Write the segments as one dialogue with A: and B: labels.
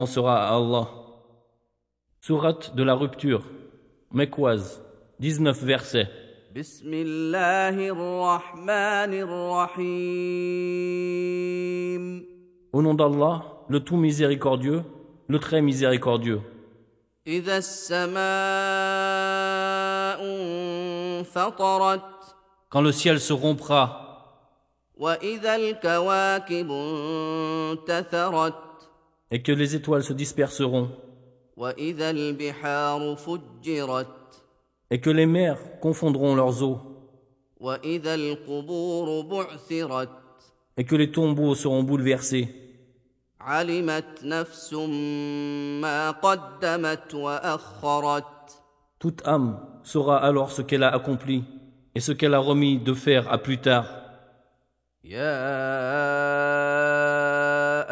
A: en sera à Allah. Sourate de la rupture, Mekwaz, 19 versets.
B: بسم الله الرحمن الرحيم
A: Au nom d'Allah, le tout miséricordieux, le très miséricordieux.
B: إذا السماء انفطرت
A: Quand le ciel se rompra,
B: وإذا الكواكب انتثرت
A: et que les étoiles se disperseront,
B: وإذا البحار فجرت
A: et que les mers confondront leurs eaux,
B: وإذا القبور بعثرت
A: et que les tombeaux seront bouleversés.
B: علمت نفس ما قدمت وأخرت
A: Toute âme saura alors ce qu'elle a accompli et ce qu'elle a remis de faire à plus tard.
B: يا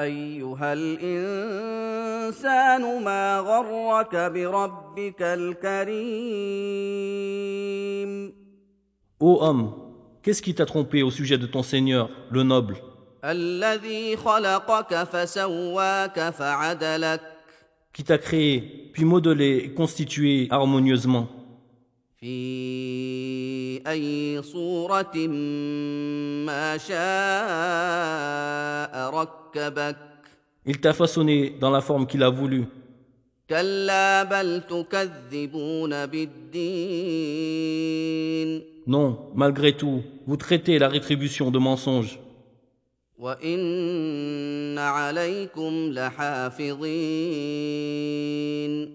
B: أيها الإنسان ما غرك بربك الكريم
A: Ô homme, qu'est-ce qui t'a trompé au sujet de ton Seigneur, le noble,
B: الذي خلقك فسواك فعدلك
A: qui t'a créé, puis modelé et constitué harmonieusement
B: في أي صورة ما شاء ركبك
A: Il t'a façonné dans la forme qu'il a voulu.
B: كلا بل تكذبون بالدين
A: Non, malgré tout, vous traitez la rétribution de mensonge.
B: وإن عليكم لحافظين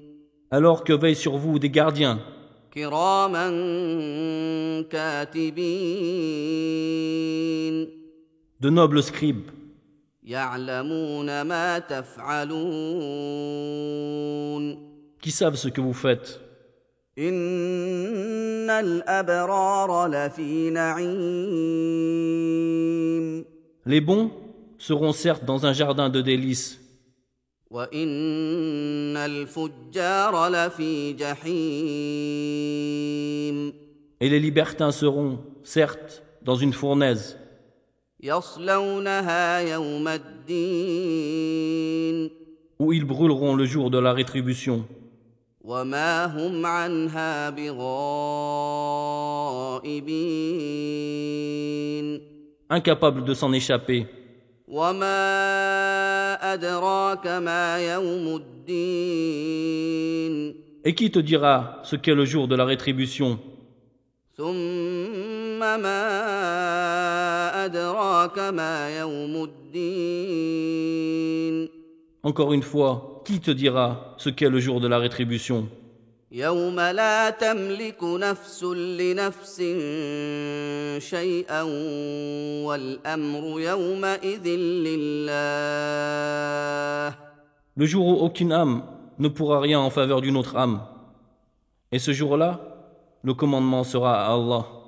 A: Alors que veillent sur vous des gardiens,
B: كراما كاتبين
A: de nobles scribes,
B: يعلمون ما تفعلون
A: qui savent ce que vous faites.
B: إن الأبرار لفي نعيم
A: Les bons seront certes dans un jardin de délices,
B: وإن الفجار لفي جحيم
A: et les libertins seront, certes, dans une fournaise.
B: يصلونها يوم الدين
A: où ils brûleront le jour de la rétribution,
B: وما هم عنها بغائبين
A: incapables de s'en échapper.
B: وما أدراك ما يوم الدين
A: Et qui te dira ce qu'est le jour de la rétribution
B: ثم ما أدراك ما يوم الدين
A: Encore une fois, qui te dira ce qu'est le jour de la rétribution
B: يوم لا تملك نفس لنفس شيئا والامر يومئذ لله
A: Le jour où aucune âme ne pourra rien en faveur d'une autre âme. Et ce jour-là, le commandement sera à Allah.